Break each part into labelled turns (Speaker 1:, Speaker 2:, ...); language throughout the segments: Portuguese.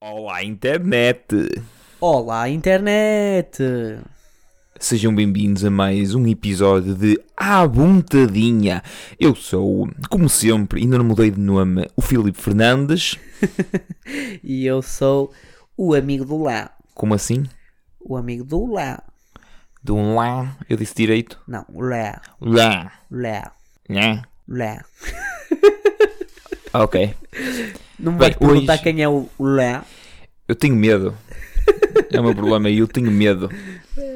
Speaker 1: Olá, internet!
Speaker 2: Olá, internet!
Speaker 1: Sejam bem-vindos a mais um episódio de A Buntadinha. Eu sou, como sempre, ainda não mudei de nome, o Filipe Fernandes.
Speaker 2: E eu sou o amigo do lá.
Speaker 1: Como assim?
Speaker 2: O amigo do lá.
Speaker 1: De um lá, eu disse direito.
Speaker 2: Não, lá,
Speaker 1: Lá,
Speaker 2: lá,
Speaker 1: né?
Speaker 2: lá.
Speaker 1: Ok.
Speaker 2: Não me vais
Speaker 1: Bem, hoje-
Speaker 2: perguntar quem é o lá.
Speaker 1: Eu tenho medo. É o meu problema e eu tenho medo.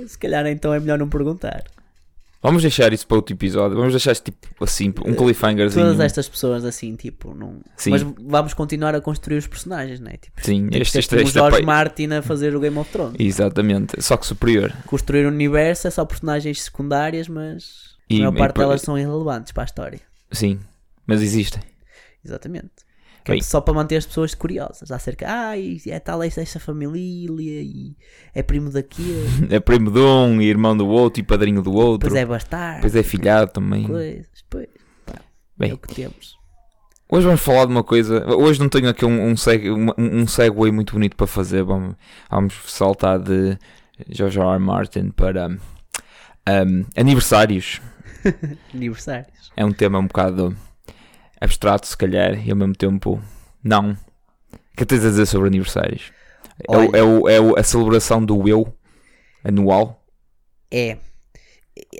Speaker 2: Se calhar então é melhor não perguntar.
Speaker 1: Vamos deixar isso para outro episódio. Vamos deixar isto tipo assim, um
Speaker 2: Todas
Speaker 1: cliffhangerzinho.
Speaker 2: estas pessoas assim, tipo, não.
Speaker 1: Sim.
Speaker 2: Mas vamos continuar a construir os personagens, não é? Tipo,
Speaker 1: Sim, este,
Speaker 2: temos
Speaker 1: este, este,
Speaker 2: o George
Speaker 1: este
Speaker 2: Martin a fazer o Game of Thrones.
Speaker 1: Exatamente, só que superior.
Speaker 2: Construir o universo é só personagens secundárias, mas
Speaker 1: E-
Speaker 2: a maior
Speaker 1: e
Speaker 2: parte
Speaker 1: por-
Speaker 2: delas são irrelevantes para a história.
Speaker 1: Sim, mas existem.
Speaker 2: Exatamente. Que é
Speaker 1: Bem.
Speaker 2: só para manter as pessoas curiosas acerca, ah, é tal esta, esta família e é primo daquilo,
Speaker 1: É primo de um, e irmão do outro, e padrinho do outro.
Speaker 2: depois é bastardo,
Speaker 1: Pois é, filhado também.
Speaker 2: coisas, pois, pá,
Speaker 1: Bem.
Speaker 2: é o que temos.
Speaker 1: Hoje vamos falar de uma coisa. Hoje não tenho aqui um, um, seg, um, um segue muito bonito para fazer. Vamos, vamos saltar de George R. R. Martin para um, aniversários.
Speaker 2: Aniversários.
Speaker 1: É um tema um bocado abstrato, se calhar, e ao mesmo tempo, não. O que tens a dizer sobre aniversários? É, o-
Speaker 2: Olha.
Speaker 1: é, o, é o- a celebração do eu anual.
Speaker 2: É.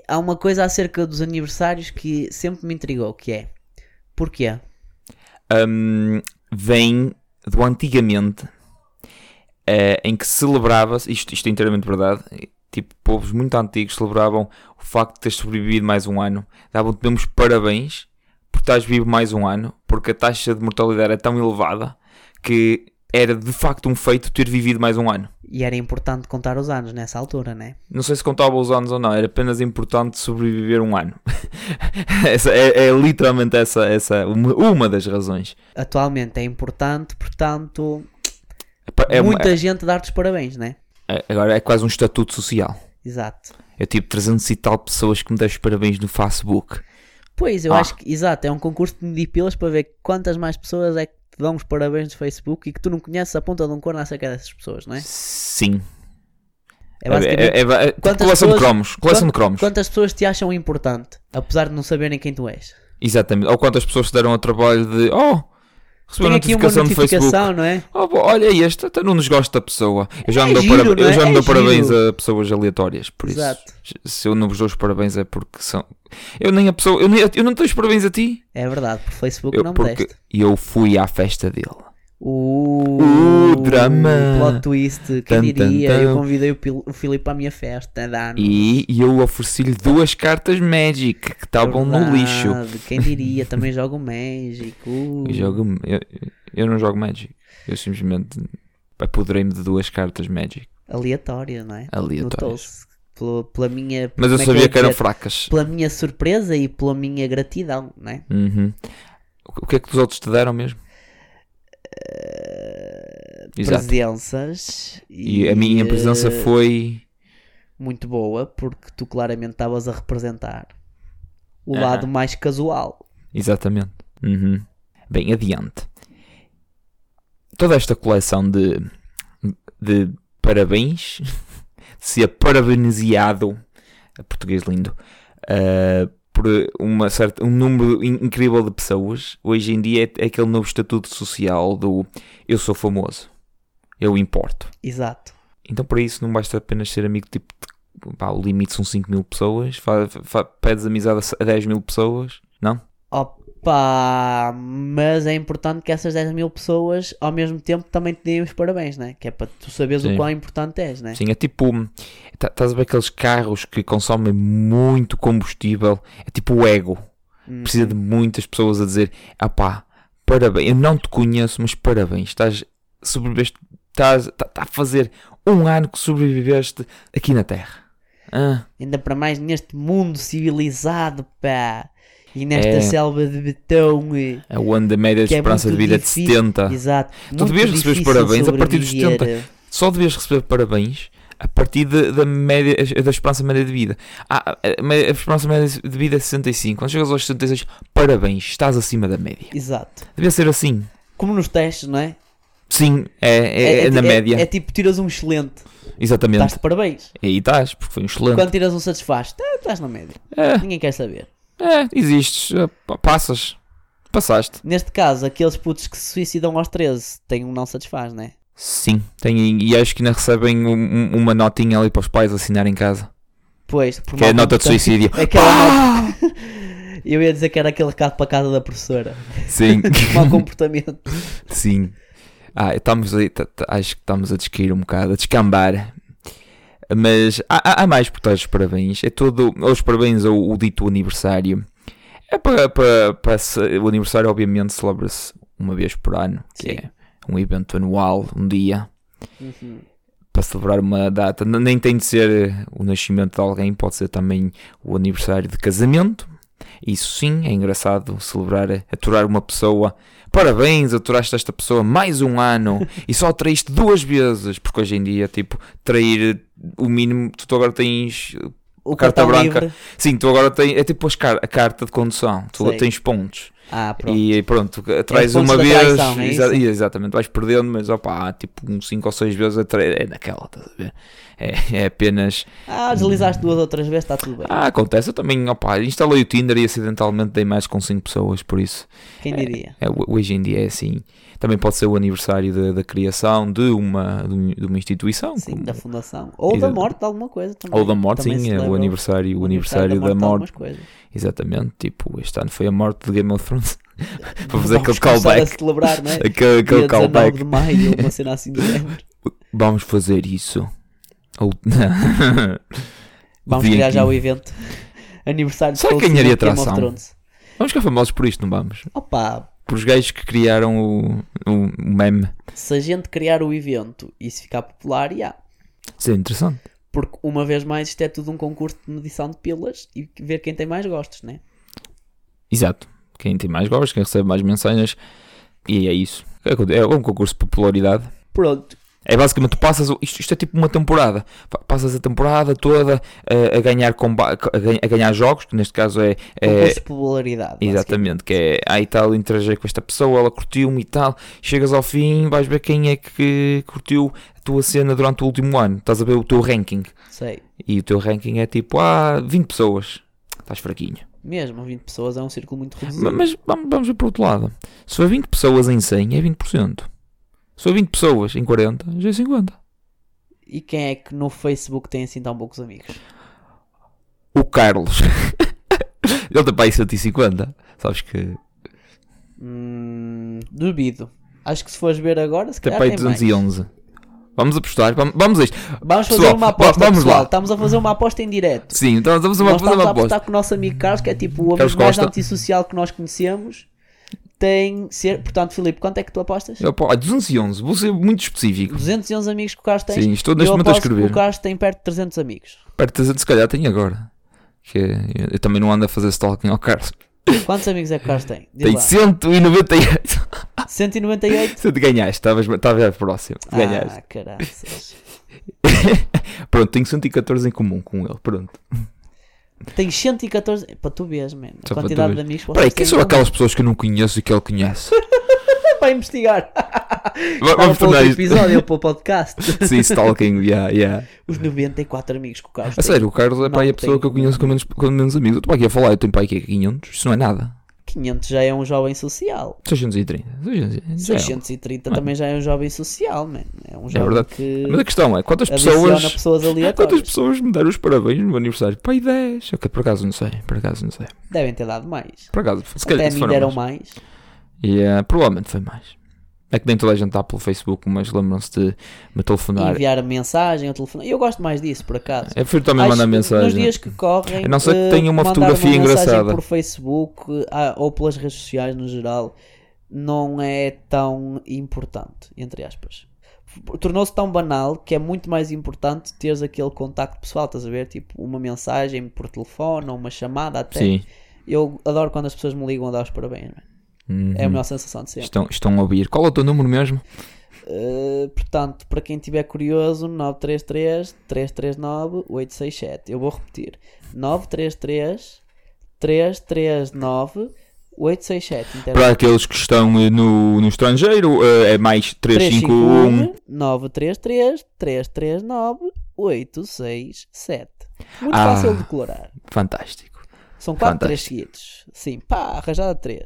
Speaker 2: Há uma coisa acerca dos aniversários que sempre me intrigou, que é porquê?
Speaker 1: um, vem do antigamente eh, em que celebrava-se, isto, isto é inteiramente verdade, eh, tipo, povos muito antigos celebravam o facto de teres sobrevivido mais um ano, davam-te mesmo os parabéns por estás vivo mais um ano, porque a taxa de mortalidade era tão elevada que era de facto um feito ter vivido mais um ano.
Speaker 2: E era importante contar os anos nessa altura, né?
Speaker 1: Não sei se contava os anos ou não, era apenas importante sobreviver um ano. Essa é, é literalmente essa, essa uma, uma das razões.
Speaker 2: Atualmente é importante, portanto,
Speaker 1: É uma-
Speaker 2: muita gente dar-te os parabéns, né?
Speaker 1: É, Agora é quase um estatuto social.
Speaker 2: Exato.
Speaker 1: Eu tive 300 e tal pessoas que me deixam parabéns no Facebook.
Speaker 2: Pois, eu
Speaker 1: Ah.
Speaker 2: acho que, exato, é um concurso de medir pilas para ver quantas mais pessoas é que te dão os parabéns no Facebook e que tu não conheces a ponta de um corno acerca dessas pessoas, não é?
Speaker 1: Sim.
Speaker 2: É basicamente
Speaker 1: É- é- é- é-
Speaker 2: Quantas
Speaker 1: coleção de
Speaker 2: pessoas-
Speaker 1: cromos. Coleção de cromos.
Speaker 2: quantas pessoas te acham importante, apesar de não saberem quem tu és.
Speaker 1: Exatamente. Ou quantas pessoas se deram ao trabalho de. Oh! Recebi
Speaker 2: Tem
Speaker 1: uma
Speaker 2: aqui uma
Speaker 1: notificação, do
Speaker 2: notificação,
Speaker 1: Facebook.
Speaker 2: não é?
Speaker 1: Oh, bo- olha este, até não nos gosta da pessoa. Eu já
Speaker 2: É
Speaker 1: não dou,
Speaker 2: giro,
Speaker 1: parab-
Speaker 2: não
Speaker 1: eu
Speaker 2: é?
Speaker 1: já não
Speaker 2: É
Speaker 1: dou parabéns
Speaker 2: giro.
Speaker 1: a pessoas aleatórias. Por isso,
Speaker 2: Exato.
Speaker 1: se eu não vos dou os parabéns é porque são. Eu nem a pessoa. Eu, nem, eu não te dou os parabéns a ti.
Speaker 2: É verdade, por Facebook
Speaker 1: Eu,
Speaker 2: não me
Speaker 1: porque
Speaker 2: deste.
Speaker 1: eu fui à festa dele.
Speaker 2: Uh,
Speaker 1: Uh, drama.
Speaker 2: Plot twist, quem
Speaker 1: Tan, tan,
Speaker 2: diria?
Speaker 1: tan.
Speaker 2: Eu convidei o, Pil- o Filipe para a minha festa, Dan.
Speaker 1: E eu ofereci-lhe duas cartas Magic que estavam no lixo.
Speaker 2: Verdade, Quem diria? Também jogo Magic. Uh.
Speaker 1: Eu, jogo, eu, eu não jogo Magic. Eu simplesmente apoderei-me de duas cartas Magic
Speaker 2: aleatória, não é?
Speaker 1: aleatórias.
Speaker 2: Notou-se pela, pela minha.
Speaker 1: Mas eu
Speaker 2: como é
Speaker 1: sabia
Speaker 2: hei
Speaker 1: que eram
Speaker 2: de dizer?
Speaker 1: fracas.
Speaker 2: Pela minha surpresa e pela minha gratidão, não é?
Speaker 1: Uhum. O que é que os outros te deram mesmo? Exato.
Speaker 2: Eh, Presenças.
Speaker 1: E a minha presença
Speaker 2: eh,
Speaker 1: foi.
Speaker 2: Muito boa, porque tu claramente estavas a representar o
Speaker 1: Aham.
Speaker 2: lado mais casual.
Speaker 1: Exatamente. Uhum. Bem, adiante. Toda esta coleção de, de parabéns, de ser parabeniziado, português lindo, ah, por uma certa, um número in- incrível de pessoas, hoje em dia é aquele novo estatuto social do eu sou famoso, eu importo.
Speaker 2: Exato.
Speaker 1: Então, para isso, não basta apenas ser amigo tipo de, pá, o limite são 5 mil pessoas, fa, fa- pedes amizade a se- a 10 mil pessoas, não?
Speaker 2: Opa, mas é importante que essas 10 mil pessoas ao mesmo tempo também te deem os parabéns, né? Que é para tu saberes
Speaker 1: Sim.
Speaker 2: o quão importante és, né?
Speaker 1: Sim, é tipo. tá- Estás a ver aqueles carros que consomem muito combustível? É tipo o ego.
Speaker 2: Hum.
Speaker 1: Precisa de muitas pessoas a dizer: ah pá, parabéns, eu não te conheço, mas parabéns, estás sobreviveste, estás tá, tá a fazer um ano que sobreviveste aqui na Terra. Ah,
Speaker 2: Ainda para mais neste mundo civilizado, pá. E nesta
Speaker 1: É.
Speaker 2: selva de betão. e-
Speaker 1: é o ano da média de
Speaker 2: Que é
Speaker 1: esperança de
Speaker 2: muito
Speaker 1: vida
Speaker 2: difícil.
Speaker 1: de 70.
Speaker 2: Exato.
Speaker 1: Tá. Tu devias receber os
Speaker 2: difícil
Speaker 1: parabéns a partir dos
Speaker 2: sobreviver.
Speaker 1: 70. Só devias receber parabéns a partir de- da, média, da esperança média de vida. Ah, a, me- a esperança média de vida é 65. Quando chegas aos 76, parabéns, estás acima da média.
Speaker 2: eh, Exato.
Speaker 1: Devia ser assim.
Speaker 2: Como nos testes, não é?
Speaker 1: Sim, é, é, é na média.
Speaker 2: É, tipo, tiras um excelente,
Speaker 1: Exatamente.
Speaker 2: estás de parabéns.
Speaker 1: E Aí estás, porque foi um excelente.
Speaker 2: Quando tiras um satisfaz, tá- estás na média.
Speaker 1: É,
Speaker 2: Ninguém quer saber.
Speaker 1: é, existes. é, pa- Passas. Passaste.
Speaker 2: Neste caso, aqueles putos que se suicidam aos 13 têm um não satisfaz, né?
Speaker 1: Sim. Tem, e acho que ainda recebem um- um- uma notinha ali para os pais assinar em casa.
Speaker 2: Pois, por
Speaker 1: Que é a
Speaker 2: mal
Speaker 1: nota de
Speaker 2: comporta-
Speaker 1: suicídio.
Speaker 2: Aquela
Speaker 1: Pá!
Speaker 2: Eu ia dizer que era aquele recado para a casa da professora.
Speaker 1: Sim.
Speaker 2: Mau comportamento.
Speaker 1: Sim. Ah, estamos aí, tá- tá- acho que estamos a descair um bocado, a descambar. Mas há, há- há mais por trás dos parabéns. É todo. Os parabéns ao, o dito aniversário. É para, para, para se- o aniversário, obviamente, celebra-se uma vez por ano, que
Speaker 2: Sim.
Speaker 1: é um evento anual, um dia,
Speaker 2: Uhum.
Speaker 1: para celebrar uma data. N- Nem tem de ser eh, o nascimento de alguém, pode ser também o aniversário de casamento. Isso sim, é engraçado celebrar, eh, aturar uma pessoa. Parabéns, aturaste esta pessoa mais um ano e só a traíste duas vezes. Porque hoje em dia, tipo, trair o mínimo, tu, tu agora tens.
Speaker 2: O
Speaker 1: Carta
Speaker 2: cartão
Speaker 1: branca.
Speaker 2: livre.
Speaker 1: Sim, tu agora tens. É tipo as car- a carta de condução, tu
Speaker 2: Sei.
Speaker 1: tens pontos.
Speaker 2: Ah, pronto.
Speaker 1: E pronto, traz
Speaker 2: pontos
Speaker 1: uma
Speaker 2: da
Speaker 1: vez.
Speaker 2: traição, é
Speaker 1: exa-
Speaker 2: isso?
Speaker 1: e exatamente, vais perdendo, mas opa, há tipo um 5 ou 6 vezes a tra... é naquela, estás a ver? É, é apenas.
Speaker 2: Ah, deslizaste duas ou três vezes, está tudo bem.
Speaker 1: Ah, acontece, eu também, opa, instalei o Tinder e acidentalmente dei mais com 5 pessoas, por isso.
Speaker 2: Quem diria?
Speaker 1: É, ho- hoje em dia é assim. Também pode ser o aniversário da, da criação de uma, de um- de uma instituição.
Speaker 2: Sim,
Speaker 1: como-
Speaker 2: da fundação. Ou da
Speaker 1: Exa-
Speaker 2: morte de alguma coisa também.
Speaker 1: Ou da morte,
Speaker 2: Também
Speaker 1: sim,
Speaker 2: se
Speaker 1: é o
Speaker 2: celebra
Speaker 1: aniversário, o aniversário da
Speaker 2: de
Speaker 1: morte.
Speaker 2: algumas coisas.
Speaker 1: Exatamente, tipo, este ano foi a morte de Game of Thrones. Vou fazer
Speaker 2: Vamos
Speaker 1: aquele
Speaker 2: começar
Speaker 1: callback.
Speaker 2: A celebrar, né?
Speaker 1: Aquele, aquele
Speaker 2: Dia 19
Speaker 1: callback.
Speaker 2: de maio, uma cena assim do género.
Speaker 1: Vamos fazer isso. Ou-
Speaker 2: Vamos
Speaker 1: Vi
Speaker 2: criar
Speaker 1: aqui.
Speaker 2: já o evento. Aniversário de
Speaker 1: Será que
Speaker 2: Cold
Speaker 1: ganharia
Speaker 2: Steel, Game of
Speaker 1: atração?
Speaker 2: Thrones.
Speaker 1: Vamos ficar famosos por isto, não vamos?
Speaker 2: Opa,
Speaker 1: Por os gajos que criaram o, o meme.
Speaker 2: se a gente criar o evento e se ficar popular, já.
Speaker 1: Isso é interessante.
Speaker 2: Porque uma vez mais isto é tudo um concurso de medição de pilas e ver quem tem mais gostos, né?
Speaker 1: Exato. Quem tem mais gols, quem recebe mais mensagens. E é isso. É um concurso de popularidade.
Speaker 2: Pronto,
Speaker 1: É basicamente, tu passas, o- isto, isto é tipo uma temporada, Pa- passas a temporada toda eh, a, ganhar comba- a, ganha- a ganhar jogos, que neste caso é, é-
Speaker 2: concurso de popularidade.
Speaker 1: exatamente, que é, aí tal, interagir com esta pessoa, ela curtiu-me e tal, chegas ao fim, vais ver quem é que curtiu a tua cena durante o último ano, estás a ver o teu ranking,
Speaker 2: basicamente. Sei.
Speaker 1: e o teu ranking é tipo, ah, 20 pessoas, estás fraquinho.
Speaker 2: Mesmo, 20 pessoas é um círculo muito reduzido.
Speaker 1: Ma- Mas, vamos, vamos ver para o outro lado, se for 20 pessoas em 100 é 20%, se for 20 pessoas em 40 já é 50%.
Speaker 2: E quem é que no Facebook tem assim tão poucos amigos?
Speaker 1: o Carlos. Ele tem para aí 150. Sabes que
Speaker 2: Hum, duvido. Acho que se fores ver agora, se
Speaker 1: tem
Speaker 2: calhar
Speaker 1: para aí
Speaker 2: tem mais.
Speaker 1: 211. Vamos apostar, vamos, vamos a isto.
Speaker 2: Vamos fazer
Speaker 1: Pessoal,
Speaker 2: uma aposta,
Speaker 1: va- vamos
Speaker 2: pessoal.
Speaker 1: lá.
Speaker 2: Estamos a fazer uma aposta em direto.
Speaker 1: Sim, então vamos a uma,
Speaker 2: nós
Speaker 1: fazer
Speaker 2: estamos
Speaker 1: uma
Speaker 2: a
Speaker 1: aposta.
Speaker 2: apostar com o nosso amigo Carlos, que é tipo o
Speaker 1: Carlos
Speaker 2: amigo mais
Speaker 1: Costa.
Speaker 2: antissocial que nós conhecemos. Tem ser... Portanto, Filipe, quanto é que tu apostas?
Speaker 1: Eu, apo- olha, 211, vou ser muito específico.
Speaker 2: 211 amigos que o Carlos tem.
Speaker 1: Sim, estou neste
Speaker 2: eu
Speaker 1: momento a
Speaker 2: aposto que
Speaker 1: escrever.
Speaker 2: O Carlos tem perto de 300 amigos.
Speaker 1: Perto de 300, se calhar tenho agora. Que é, eu, eu também não ando a fazer stalking ao Carlos.
Speaker 2: Quantos amigos é que o Carlos tem? Diz
Speaker 1: Tem
Speaker 2: lá.
Speaker 1: 198.
Speaker 2: 198?
Speaker 1: Se te ganhaste, estavas estavas próximo. Te Ganhaste.
Speaker 2: Ah, caraças.
Speaker 1: Pronto, tenho 114 em comum com ele. Pronto.
Speaker 2: Tens 114. Para tu vês, mano. A
Speaker 1: Só para tu veres.
Speaker 2: quantidade de amigos que
Speaker 1: Espera aí,
Speaker 2: vocês
Speaker 1: quem
Speaker 2: têm.
Speaker 1: são aquelas pessoas que eu não conheço e que ele conhece?
Speaker 2: para investigar.
Speaker 1: Va-
Speaker 2: Vamos
Speaker 1: Vamos
Speaker 2: para outro
Speaker 1: tornar isto.
Speaker 2: episódio ou para o podcast.
Speaker 1: Sim, stalking, yeah, yeah.
Speaker 2: Os 94 amigos que o Carlos
Speaker 1: A
Speaker 2: tem.
Speaker 1: sério, o Carlos é
Speaker 2: Não,
Speaker 1: pá, aí a
Speaker 2: tem-
Speaker 1: pessoa que eu conheço com menos, com menos amigos. Eu estou aqui a falar, eu tenho pá, aqui 500, isso não é nada.
Speaker 2: 500 já é um jovem social.
Speaker 1: 630. 630 já é.
Speaker 2: 630 também já é um jovem social, mano. É um jovem
Speaker 1: verdade.
Speaker 2: que
Speaker 1: Mas a questão é, quantas
Speaker 2: adiciona
Speaker 1: pessoas...
Speaker 2: pessoas, aleatórias.
Speaker 1: Quantas pessoas me deram os parabéns no meu aniversário? Pai, 10. Ok, por acaso não sei, por acaso não sei.
Speaker 2: Devem ter dado mais.
Speaker 1: Por acaso, se calhar
Speaker 2: Até
Speaker 1: se
Speaker 2: me
Speaker 1: foram
Speaker 2: deram
Speaker 1: mais.
Speaker 2: mais.
Speaker 1: Yeah, provavelmente foi mais. É que nem toda a gente está pelo Facebook, mas lembram-se de me telefonar.
Speaker 2: Enviar a mensagem ao telefone. Eu gosto mais disso, por acaso.
Speaker 1: Eu prefiro também
Speaker 2: Acho
Speaker 1: mandar
Speaker 2: que Nos
Speaker 1: mensagem.
Speaker 2: dias que correm,
Speaker 1: A não ser que
Speaker 2: eh,
Speaker 1: tenha uma
Speaker 2: mandar
Speaker 1: fotografia
Speaker 2: mensagem
Speaker 1: engraçada.
Speaker 2: por Facebook ah, ou pelas redes sociais no geral não é tão importante, entre aspas. Tornou-se tão banal que é muito mais importante teres aquele contacto pessoal, estás a ver? Tipo, uma mensagem por telefone ou uma chamada até.
Speaker 1: Sim.
Speaker 2: Eu adoro quando as pessoas me ligam a dar os parabéns, mano. é a
Speaker 1: Uhum.
Speaker 2: melhor sensação de sempre.
Speaker 1: Estão, estão a ouvir. Qual é o teu número mesmo?
Speaker 2: Uh, portanto, para quem estiver curioso, 933 339 867. Eu vou repetir: 933 339 O 867, internet.
Speaker 1: Para aqueles que estão eh, no, no estrangeiro, eh, é mais 351.
Speaker 2: 351 933 339 867. Muito
Speaker 1: Ah.
Speaker 2: fácil de decorar.
Speaker 1: Fantástico.
Speaker 2: São 4
Speaker 1: Fantástico.
Speaker 2: 3 seguidos. Sim, pá, arranjada 3.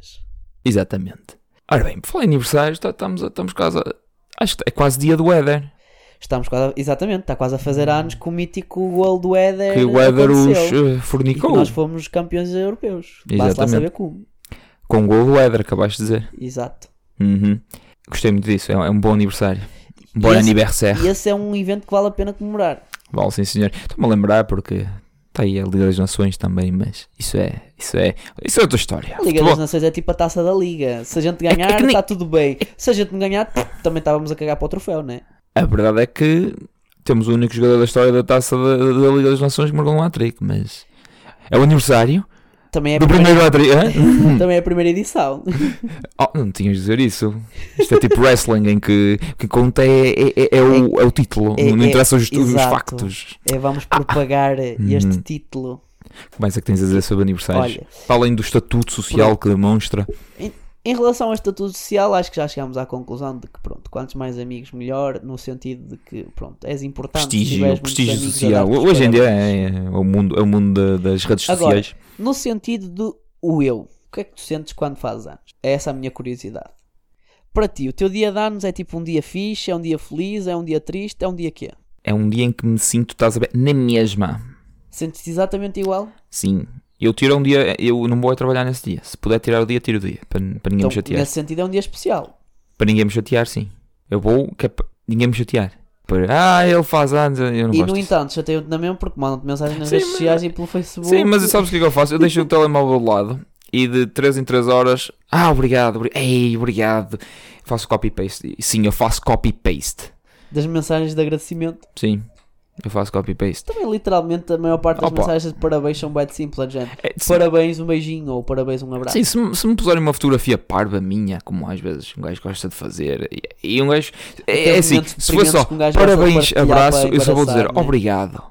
Speaker 1: Exatamente. Ora bem, por falar em aniversários, tá- estamos, a- estamos quase. a- Acho que é quase dia do Éder.
Speaker 2: Estamos quase a, Exatamente, está quase a fazer anos que o mítico gol do Éder.
Speaker 1: Hum. Que o Éder os
Speaker 2: aconteceu.
Speaker 1: eh,
Speaker 2: E que
Speaker 1: fornicou.
Speaker 2: nós fomos campeões europeus. Basta lá
Speaker 1: Exatamente.
Speaker 2: saber como.
Speaker 1: Com o gol do Éder, acabaste de dizer.
Speaker 2: Exato.
Speaker 1: Uhum. Gostei muito disso. É um- é um bom aniversário. Um bom
Speaker 2: E esse-
Speaker 1: aniversário.
Speaker 2: E esse é um evento que vale a pena comemorar.
Speaker 1: Vale, sim, senhor. Estou-me a lembrar porque está aí a Liga das Nações também, mas isso é. Isso é. Isso é outra história.
Speaker 2: A Liga
Speaker 1: Futebol- É
Speaker 2: das Nações é tipo a taça da Liga. Se a gente ganhar,
Speaker 1: que nem-
Speaker 2: está tudo bem. Se a gente não ganhar, também estávamos a cagar para o troféu, né?
Speaker 1: A verdade é que temos o único jogador da história da taça da, da Liga das Nações que marcou um hat-trick, mas. É o aniversário
Speaker 2: Também é, a
Speaker 1: do
Speaker 2: primeira-
Speaker 1: primeiro hat-trick. hã?
Speaker 2: também é a primeira edição.
Speaker 1: Oh, não tinhas de dizer isso. Isto é tipo wrestling em que o que conta é, é, é- é o, é o título,
Speaker 2: É-
Speaker 1: não
Speaker 2: é-
Speaker 1: interessa os, os
Speaker 2: exato.
Speaker 1: factos.
Speaker 2: É, vamos
Speaker 1: Ah.
Speaker 2: propagar
Speaker 1: Hum.
Speaker 2: este título.
Speaker 1: O que mais é que tens a dizer sobre aniversários?
Speaker 2: Olha.
Speaker 1: Para além do estatuto social que demonstra.
Speaker 2: Em relação ao estatuto social, acho que já chegámos à conclusão de que, pronto, quantos mais amigos, melhor, no sentido de que, pronto, és importante. se tiveres
Speaker 1: Prestígio,
Speaker 2: muitos
Speaker 1: prestígio
Speaker 2: amigos a
Speaker 1: social.
Speaker 2: dar-te os
Speaker 1: Hoje em dia
Speaker 2: parabéns.
Speaker 1: é, é o mundo, é o mundo da- das redes
Speaker 2: Agora,
Speaker 1: sociais.
Speaker 2: no sentido do o eu, o que é que tu sentes quando fazes anos? É essa a minha curiosidade. Para ti, o teu dia de anos é tipo um dia fixe, é um dia feliz, é um dia triste, é um dia quê?
Speaker 1: É um dia em que me sinto, estás a ver, na mesma.
Speaker 2: Sentes-te exatamente igual?
Speaker 1: Sim. Eu tiro um dia, eu não vou a trabalhar nesse dia. Se puder tirar o dia, tiro o dia. Para, para ninguém
Speaker 2: Então,
Speaker 1: me chatear.
Speaker 2: nesse sentido, é um dia especial.
Speaker 1: Para ninguém me chatear, sim. Eu vou, que é para ninguém me chatear. Para, ah, ele faz anos, eu não
Speaker 2: E
Speaker 1: gosto
Speaker 2: no
Speaker 1: disso.
Speaker 2: entanto, chateiam-te na mesma porque mandam-te mensagens nas
Speaker 1: Sim,
Speaker 2: redes
Speaker 1: mas-
Speaker 2: sociais e pelo Facebook.
Speaker 1: Sim, mas sabes o que é que eu faço? Eu deixo o telemóvel de lado e de 3 em 3 horas, ah, obrigado, obri- ei, obrigado. Faço copy-paste. Sim, eu faço copy-paste.
Speaker 2: Das mensagens de agradecimento.
Speaker 1: Sim, eu faço copy-paste.
Speaker 2: Também, literalmente, a maior parte das
Speaker 1: Opa.
Speaker 2: mensagens de parabéns são bem simples, gente.
Speaker 1: É, se-
Speaker 2: Parabéns, um beijinho, ou parabéns, um abraço.
Speaker 1: Sim, se, me- se me puserem uma fotografia parva minha, como às vezes um gajo gosta de fazer, e, e um gajo. É,
Speaker 2: Aqueles
Speaker 1: é assim,
Speaker 2: momentos
Speaker 1: se for só
Speaker 2: deprimentes que um gajo gosta de
Speaker 1: parabéns,
Speaker 2: partilhar
Speaker 1: abraço,
Speaker 2: para
Speaker 1: eu só vou dizer
Speaker 2: embaraçar, né?
Speaker 1: obrigado.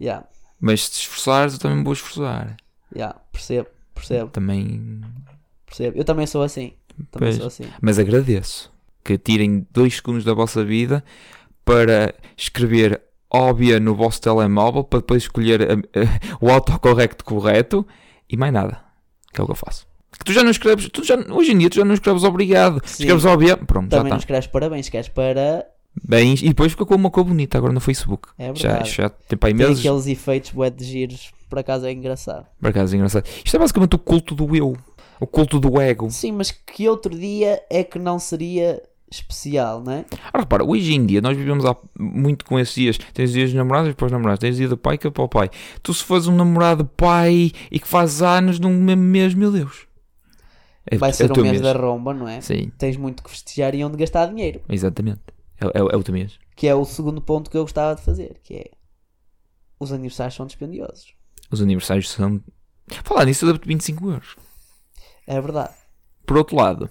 Speaker 2: Yeah,
Speaker 1: Mas se te esforçares, eu também me vou esforçar.
Speaker 2: yeah, percebo, percebo,
Speaker 1: Também.
Speaker 2: percebo. Eu também sou assim. Também
Speaker 1: Pois.
Speaker 2: sou assim.
Speaker 1: Mas agradeço que tirem dois segundos da vossa vida para escrever óbvia no vosso telemóvel para depois escolher a- a- o autocorrecto correto e mais nada. Que é o que eu faço. Que tu já não escreves, tu já, hoje em dia tu já não escreves obrigado.
Speaker 2: Sim. Tá
Speaker 1: Escreves óbvia, pronto,
Speaker 2: Também
Speaker 1: já tá.
Speaker 2: nos
Speaker 1: está.
Speaker 2: escreves parabéns, queres para
Speaker 1: Bens, e depois ficou com uma cor bonita agora no Facebook.
Speaker 2: É
Speaker 1: já,
Speaker 2: verdade.
Speaker 1: já tem para aí
Speaker 2: ter
Speaker 1: meses.
Speaker 2: aqueles efeitos bué de giros, por acaso é engraçado.
Speaker 1: Por acaso é engraçado. Isto é basicamente o culto do eu. O culto do ego.
Speaker 2: Sim, mas que outro dia é que não seria especial, né?
Speaker 1: Ora, Ah, repara, hoje em dia nós vivemos há- muito com esses dias. Tens dias de namorados e depois namorados. Tens dia do pai que é para o pai. Tu se fores um namorado pai e que faz anos num mesmo mês, meu Deus. É,
Speaker 2: Vai
Speaker 1: é o
Speaker 2: ser um
Speaker 1: teu
Speaker 2: mês da romba, não é?
Speaker 1: Sim,
Speaker 2: Tens muito que festejar e onde gastar dinheiro,
Speaker 1: exatamente. É, é- é o teu mês.
Speaker 2: que é o segundo ponto que eu gostava de fazer, que é os aniversários são dispendiosos.
Speaker 1: Os aniversários são... Falar nisso, eu dou-te 25 euros.
Speaker 2: É verdade,
Speaker 1: Por outro lado,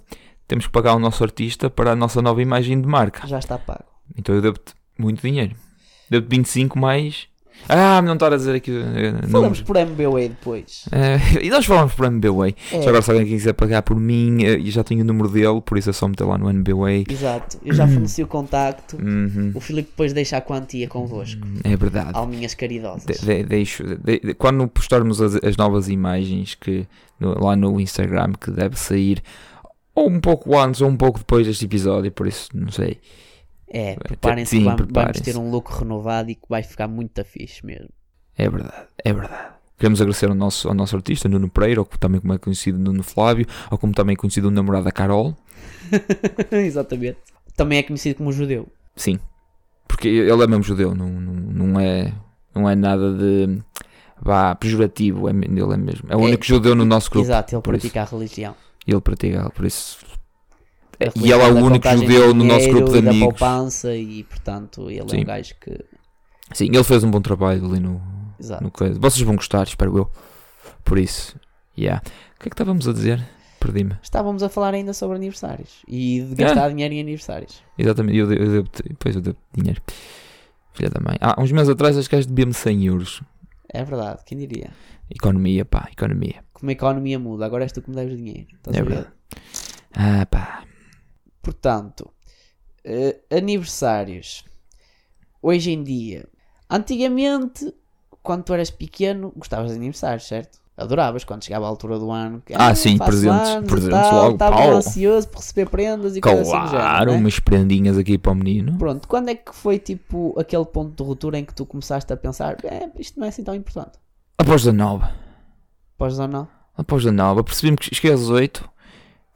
Speaker 1: temos que pagar o nosso artista para a nossa nova imagem de marca.
Speaker 2: já está pago.
Speaker 1: Então eu devo-te muito dinheiro. Devo-te 25 mais... Ah, não estar a dizer aqui... eh, números.
Speaker 2: Falamos por MBWay depois.
Speaker 1: Eh, e nós falamos para o MBWay.
Speaker 2: É,
Speaker 1: Se agora se alguém quiser pagar por mim, eh, eu já tenho o número dele, por isso é só meter lá no NBWay.
Speaker 2: exato. Eu já forneci o contacto.
Speaker 1: Uhum,
Speaker 2: O Filipe depois deixa a quantia convosco.
Speaker 1: é verdade.
Speaker 2: Alminhas caridosas.
Speaker 1: De- de- deixo, de- de- quando postarmos as, as novas imagens que, no- lá no Instagram, que deve sair ou um pouco antes ou um pouco depois deste episódio, por isso não sei.
Speaker 2: É, preparem-se
Speaker 1: sim,
Speaker 2: que vamos, vamos
Speaker 1: preparem-se.
Speaker 2: ter um look renovado e que vai ficar muito fixe mesmo.
Speaker 1: É verdade, é verdade. Queremos agradecer ao nosso, ao nosso artista, Nuno Pereira, ou também como é conhecido Nuno Flávio, ou como também é conhecido o namorado da Carol.
Speaker 2: Exatamente. Também é conhecido como judeu.
Speaker 1: Sim. Porque ele é mesmo judeu, não, não, não é, não é nada de vá, pejorativo, é, me- ele é mesmo. É o
Speaker 2: É,
Speaker 1: único judeu no nosso grupo.
Speaker 2: Exato, ele
Speaker 1: por
Speaker 2: pratica a religião.
Speaker 1: E ele pratica, por isso.
Speaker 2: A
Speaker 1: E
Speaker 2: religião
Speaker 1: ele é o
Speaker 2: da
Speaker 1: único
Speaker 2: contagem
Speaker 1: judeu no
Speaker 2: dinheiro
Speaker 1: nosso grupo de
Speaker 2: e da
Speaker 1: amigos.
Speaker 2: poupança e, portanto, ele é
Speaker 1: Sim.
Speaker 2: um gajo que...
Speaker 1: Sim, ele fez um bom trabalho ali no,
Speaker 2: Exato.
Speaker 1: no coisa. Vocês vão gostar, espero eu. Por isso. Yeah. O que é que estávamos a dizer? Perdi-me.
Speaker 2: Estávamos a falar ainda sobre aniversários. E de
Speaker 1: É.
Speaker 2: gastar dinheiro em aniversários.
Speaker 1: Exatamente. Eu, de- Ah, eu devo. Pois eu devo dinheiro. Filha da mãe. Há uns meses atrás acho que gajo devia-me 100 euros.
Speaker 2: É verdade, quem diria?
Speaker 1: Economia, pá, economia.
Speaker 2: Como a economia muda, agora és tu que me deves dinheiro. Estás
Speaker 1: É
Speaker 2: a ver?
Speaker 1: verdade. Ah, pá.
Speaker 2: Portanto, eh, aniversários. Hoje em dia. Antigamente, quando tu eras pequeno, gostavas de aniversários, certo? Adoravas quando chegava a altura do ano. que,
Speaker 1: Ah, sim,
Speaker 2: faço
Speaker 1: presentes,
Speaker 2: anos e
Speaker 1: presentes
Speaker 2: tal,
Speaker 1: logo,
Speaker 2: Estava
Speaker 1: pau.
Speaker 2: ansioso por receber prendas e coisas assim do
Speaker 1: Claro,
Speaker 2: género, né?
Speaker 1: umas prendinhas aqui para o menino.
Speaker 2: Pronto, quando é que foi tipo aquele ponto de ruptura em que tu começaste a pensar "É, isto não é assim tão importante?
Speaker 1: Após 19.
Speaker 2: Podes ou não?
Speaker 1: Após 19, percebi-me que cheguei aos 18.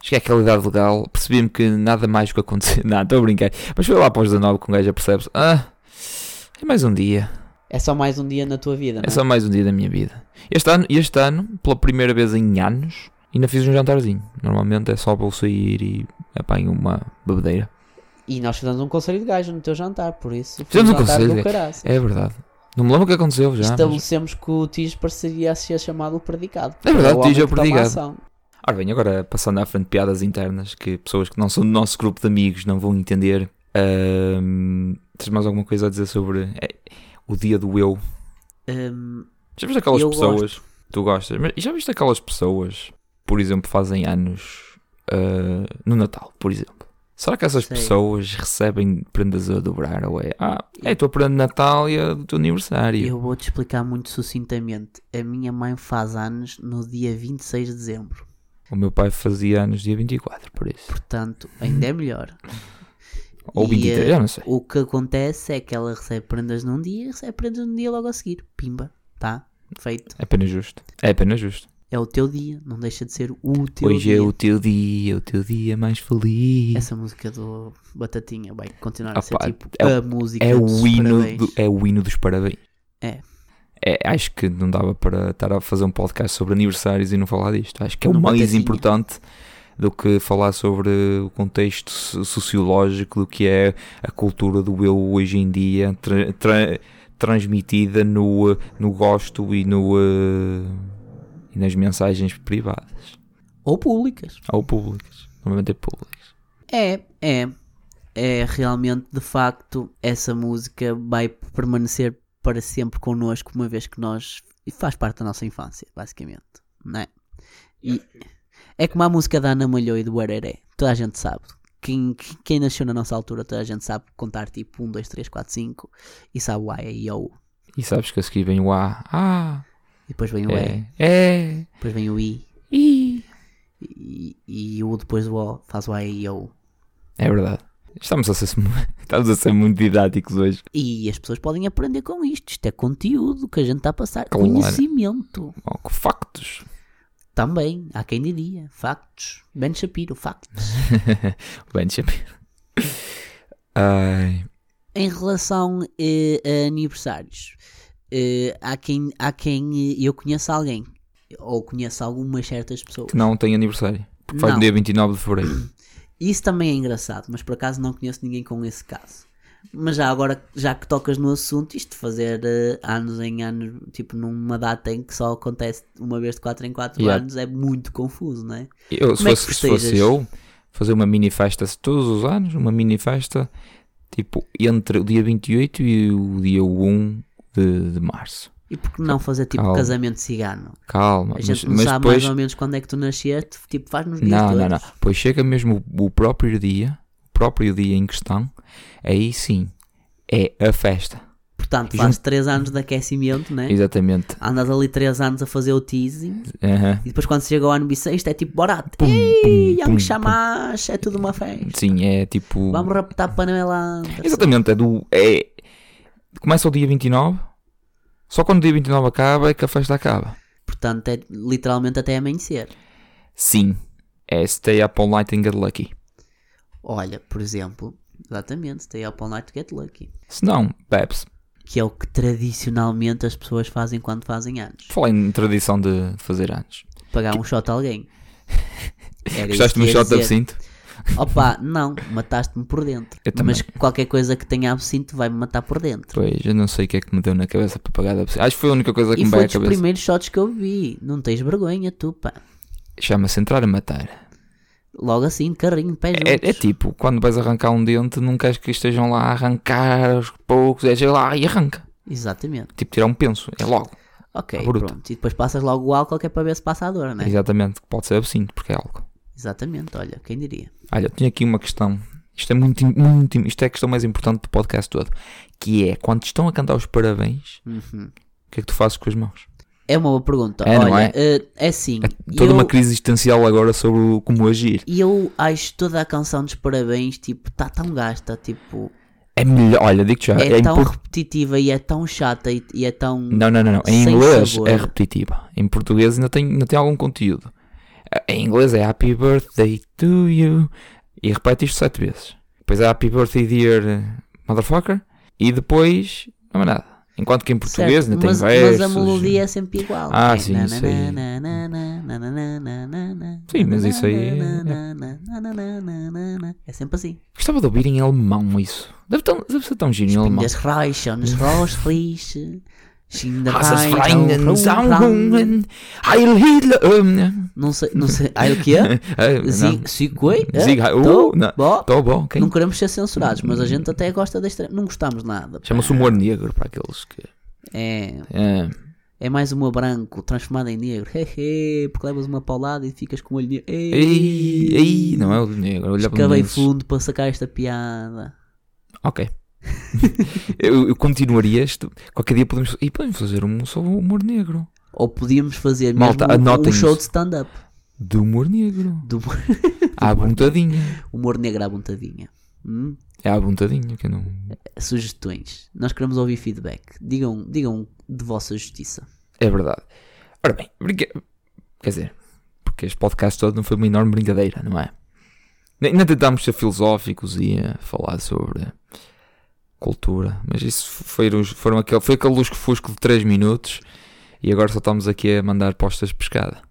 Speaker 1: Cheguei àquela idade legal. Percebi-me que nada mais que acontecer. Não, estou a brincar. Mas foi lá após 19 que um gajo já percebe Ah, é mais um dia.
Speaker 2: É só mais um dia na tua vida, não
Speaker 1: É só mais um dia da minha vida. Este ano, este ano pela primeira vez em anos, ainda fiz um jantarzinho. Normalmente é só para eu sair e apanho uma bebedeira.
Speaker 2: E nós fizemos um conselho de gajo no teu jantar, por isso.
Speaker 1: Fizemos um
Speaker 2: jantar
Speaker 1: conselho de
Speaker 2: do caraças.
Speaker 1: É verdade. Não me lembro o que aconteceu já. Mas...
Speaker 2: Estabelecemos que o Tijo pareceria ser chamado o predicado.
Speaker 1: É verdade,
Speaker 2: o
Speaker 1: o Tijo é
Speaker 2: homem
Speaker 1: o
Speaker 2: que toma
Speaker 1: predicado.
Speaker 2: ação.
Speaker 1: Ora bem, agora passando à frente de piadas internas que pessoas que não são do nosso grupo de amigos não vão entender. Ahm, tens mais alguma coisa a dizer sobre eh, o dia do eu?
Speaker 2: Hum,
Speaker 1: Já viste aquelas
Speaker 2: Eu
Speaker 1: pessoas? Tu gostas? Mas já viste aquelas pessoas, por exemplo, fazem anos ah, no Natal, por exemplo? Será que essas
Speaker 2: Sei.
Speaker 1: pessoas recebem prendas a dobrar? Ou é, ah, é a tua prenda de Natal e a do teu aniversário?
Speaker 2: eu vou-te explicar muito sucintamente. A minha mãe faz anos no dia 26 de dezembro.
Speaker 1: O meu pai fazia anos dia 24, por isso.
Speaker 2: Portanto, ainda é melhor.
Speaker 1: Ou
Speaker 2: E,
Speaker 1: 23,
Speaker 2: eh,
Speaker 1: eu não sei.
Speaker 2: O que acontece é que ela recebe prendas num dia e recebe prendas no dia logo a seguir. Pimba, tá? Feito.
Speaker 1: É apenas justo. É apenas justo.
Speaker 2: É o teu dia, não deixa de ser o teu
Speaker 1: Hoje
Speaker 2: dia.
Speaker 1: é o teu dia, o teu dia mais feliz.
Speaker 2: Essa música do Batatinha vai continuar a ser
Speaker 1: Opa,
Speaker 2: tipo
Speaker 1: é o-
Speaker 2: a música
Speaker 1: é
Speaker 2: dos
Speaker 1: o, hino
Speaker 2: parabéns.
Speaker 1: do- é o hino dos parabéns.
Speaker 2: É.
Speaker 1: É, Acho que não dava para estar a fazer um podcast sobre aniversários e não falar disto. Acho que é o
Speaker 2: Não
Speaker 1: mais
Speaker 2: batecinha.
Speaker 1: importante do que falar sobre o contexto so- sociológico do que é a cultura do eu hoje em dia tra- tra- transmitida no, eh, no gosto e, no, eh, e nas mensagens privadas
Speaker 2: Ou públicas.
Speaker 1: ou públicas. Normalmente é públicas.
Speaker 2: É, é. É realmente, de facto, essa música vai permanecer para sempre connosco, uma vez que nós. e faz parte da nossa infância, basicamente. Não é? E é como a música da Ana Malhou e do Areré. Toda a gente sabe. Quem, quem nasceu na nossa altura, toda a gente sabe contar tipo 1, 2, 3, 4, 5 e sabe o A e O.
Speaker 1: E sabes que a seguir vem o A. Ah,
Speaker 2: E depois vem o E,
Speaker 1: é. É.
Speaker 2: depois vem o I
Speaker 1: Ih.
Speaker 2: e, e o depois do O faz o A e O.
Speaker 1: É verdade. Estamos a ser, estamos a ser muito didáticos hoje.
Speaker 2: E as pessoas podem aprender com isto. Isto é conteúdo que a gente está a passar.
Speaker 1: Claro.
Speaker 2: Conhecimento.
Speaker 1: Oh, que factos.
Speaker 2: Também. Há quem diria. Factos. Ben Shapiro, factos.
Speaker 1: Bem, Shapiro. Ai,
Speaker 2: em relação eh, a aniversários, eh, há quem. Há quem eh, eu conheço alguém. Ou conheço algumas certas pessoas.
Speaker 1: que não tem aniversário. Porque faz
Speaker 2: Não.
Speaker 1: no dia 29 de fevereiro.
Speaker 2: Isso também é engraçado, mas por acaso não conheço ninguém com esse caso. Mas já agora, já que tocas no assunto, isto de fazer eh, anos em anos, tipo numa data em que só acontece uma vez de 4 em 4
Speaker 1: Yeah.
Speaker 2: anos, é muito confuso, não é?
Speaker 1: Eu, se,
Speaker 2: Como é que
Speaker 1: fosse, se fosse
Speaker 2: festejas?
Speaker 1: eu, fazer uma mini festa todos os anos, uma mini festa tipo entre o dia 28 e o dia 1 de, de março.
Speaker 2: E por que não fazer tipo
Speaker 1: Calma.
Speaker 2: casamento cigano?
Speaker 1: Calma,
Speaker 2: A
Speaker 1: mas,
Speaker 2: gente não
Speaker 1: mas
Speaker 2: sabe
Speaker 1: depois.
Speaker 2: mais ou menos quando é que tu nasceste, tipo faz nos dias
Speaker 1: Não,
Speaker 2: todos.
Speaker 1: não, não. Pois chega mesmo o, o próprio dia, o próprio dia em questão, aí sim é a festa.
Speaker 2: Portanto, fazes 3 anos de aquecimento, né?
Speaker 1: Exatamente.
Speaker 2: Andas ali 3 anos a fazer o teasing
Speaker 1: Aham.
Speaker 2: e depois quando chega ao ano bissexto é tipo, bora,
Speaker 1: Pum,
Speaker 2: ei,
Speaker 1: pum,
Speaker 2: há me
Speaker 1: pum,
Speaker 2: chamás, é tudo uma festa.
Speaker 1: Sim, é tipo.
Speaker 2: Vamos raptar panela.
Speaker 1: Exatamente, é do. É... Começa o dia 29, só quando o dia 29 acaba é que a festa acaba.
Speaker 2: Portanto, é literalmente até amanhecer.
Speaker 1: Sim, é stay up all night and get lucky.
Speaker 2: Olha, por exemplo, exatamente, stay up all night to get lucky.
Speaker 1: Se não, bebes.
Speaker 2: Que é o que tradicionalmente as pessoas fazem quando fazem anos.
Speaker 1: Falei em tradição de fazer anos.
Speaker 2: Pagar um shot a alguém. Era
Speaker 1: Gostaste de
Speaker 2: isto
Speaker 1: um
Speaker 2: É que ia
Speaker 1: shot de
Speaker 2: dizer.
Speaker 1: absinto?
Speaker 2: Opa, não, mataste-me por dentro.
Speaker 1: Eu também.
Speaker 2: Mas qualquer coisa que tenha absinto vai-me matar por dentro.
Speaker 1: Pois, eu não sei o que é que me deu na cabeça para pagar de absinto. Acho que foi a única coisa É que
Speaker 2: E
Speaker 1: me
Speaker 2: foi
Speaker 1: veio à
Speaker 2: dos
Speaker 1: cabeça.
Speaker 2: primeiros shots que eu bebi. Não tens vergonha, tu, pá.
Speaker 1: Chama-se entrar a matar.
Speaker 2: Logo assim, de carrinho, pé juntos.
Speaker 1: É, é tipo, quando vais arrancar um dente, não queres que estejam lá a arrancar aos poucos, é chegar lá e arranca.
Speaker 2: Exatamente.
Speaker 1: Tipo, tirar um penso, é logo.
Speaker 2: Ok,
Speaker 1: À bruta.
Speaker 2: pronto. E depois passas logo o álcool que é para ver se passa a dor, né?
Speaker 1: Exatamente, que pode ser absinto, porque é álcool.
Speaker 2: Exatamente, olha, quem diria?
Speaker 1: Olha, eu tenho aqui uma questão. Isto é muito, im- muito im- isto é a questão mais importante do podcast todo. Que é, quando estão a cantar os parabéns,
Speaker 2: Uhum.
Speaker 1: o que é que tu fazes com as mãos?
Speaker 2: É uma boa pergunta.
Speaker 1: É, não
Speaker 2: olha,
Speaker 1: é?
Speaker 2: eh, é assim.
Speaker 1: Toda
Speaker 2: eu,
Speaker 1: uma crise existencial agora sobre o- como agir.
Speaker 2: eu acho toda a canção dos parabéns, tipo, tá tão gasta, tipo,
Speaker 1: É melhor, olha, digo-te já.
Speaker 2: é,
Speaker 1: é
Speaker 2: tão
Speaker 1: impor-
Speaker 2: repetitiva e é tão chata e, e é tão.
Speaker 1: Não, não, não, não. Em
Speaker 2: Sem
Speaker 1: inglês
Speaker 2: sabor.
Speaker 1: é repetitiva. Em português ainda tem, ainda tem algum conteúdo. Eh, Em inglês é Happy Birthday to you. E repete isto sete vezes. Depois é Happy Birthday dear eh, motherfucker. E depois não é nada. Enquanto que em português
Speaker 2: Certo,
Speaker 1: ainda tem
Speaker 2: mas,
Speaker 1: versos.
Speaker 2: mas a melodia é sempre igual.
Speaker 1: Ah,
Speaker 2: É
Speaker 1: sim,
Speaker 2: na-
Speaker 1: isso
Speaker 2: na-
Speaker 1: aí.
Speaker 2: na- na- na- na- na- na- na- na-
Speaker 1: Sim, mas isso aí
Speaker 2: na-
Speaker 1: é-
Speaker 2: na- na- na- na- na- na- na- na. É sempre assim.
Speaker 1: Gostava de ouvir em alemão isso. Deve, tão- deve ser tão giro em alemão.
Speaker 2: Das Reichen, das Rosfries,
Speaker 1: Hassas Freien, Saugungen, Heil Hitler. hum,
Speaker 2: Não sei, não sei. Ai, o que é?
Speaker 1: eh, não.
Speaker 2: Zigoi?
Speaker 1: Zig- uh, não.
Speaker 2: Bom,
Speaker 1: Tô bom, quem?
Speaker 2: É? não queremos ser censurados, mas a gente até gosta da extrema. Não gostamos nada. pá.
Speaker 1: Chama-se humor negro para aqueles que.
Speaker 2: É,
Speaker 1: eh,
Speaker 2: é mais uma branco transformada em negro. Hehe, porque levas uma paulada e ficas com o olho negro.
Speaker 1: Ei, ei, não é o negro. Olha para
Speaker 2: Acabei
Speaker 1: mim.
Speaker 2: fundo para sacar esta piada.
Speaker 1: Ok. eu, eu continuaria isto. Qualquer dia podemos. E podemos fazer um só humor negro.
Speaker 2: Ou podíamos fazer mesmo
Speaker 1: Malta,
Speaker 2: um- um,
Speaker 1: anotem
Speaker 2: show
Speaker 1: isso.
Speaker 2: de stand-up.
Speaker 1: Do humor negro.
Speaker 2: Do humor,
Speaker 1: À vontadinha.
Speaker 2: humor negro à vontadinha. Hum?
Speaker 1: É à vontadinha que eu não.
Speaker 2: Sugestões. Nós queremos ouvir feedback. Digam, digam de vossa justiça.
Speaker 1: É verdade. Ora bem, brinca... quer dizer, porque este podcast todo não foi uma enorme brincadeira, não é? Nem, nem tentámos ser filosóficos e eh, falar sobre cultura, mas isso foram, os- foram aquele, foi aquele lusco-fusco de 3 minutos e agora só estamos aqui a mandar postas de pescada.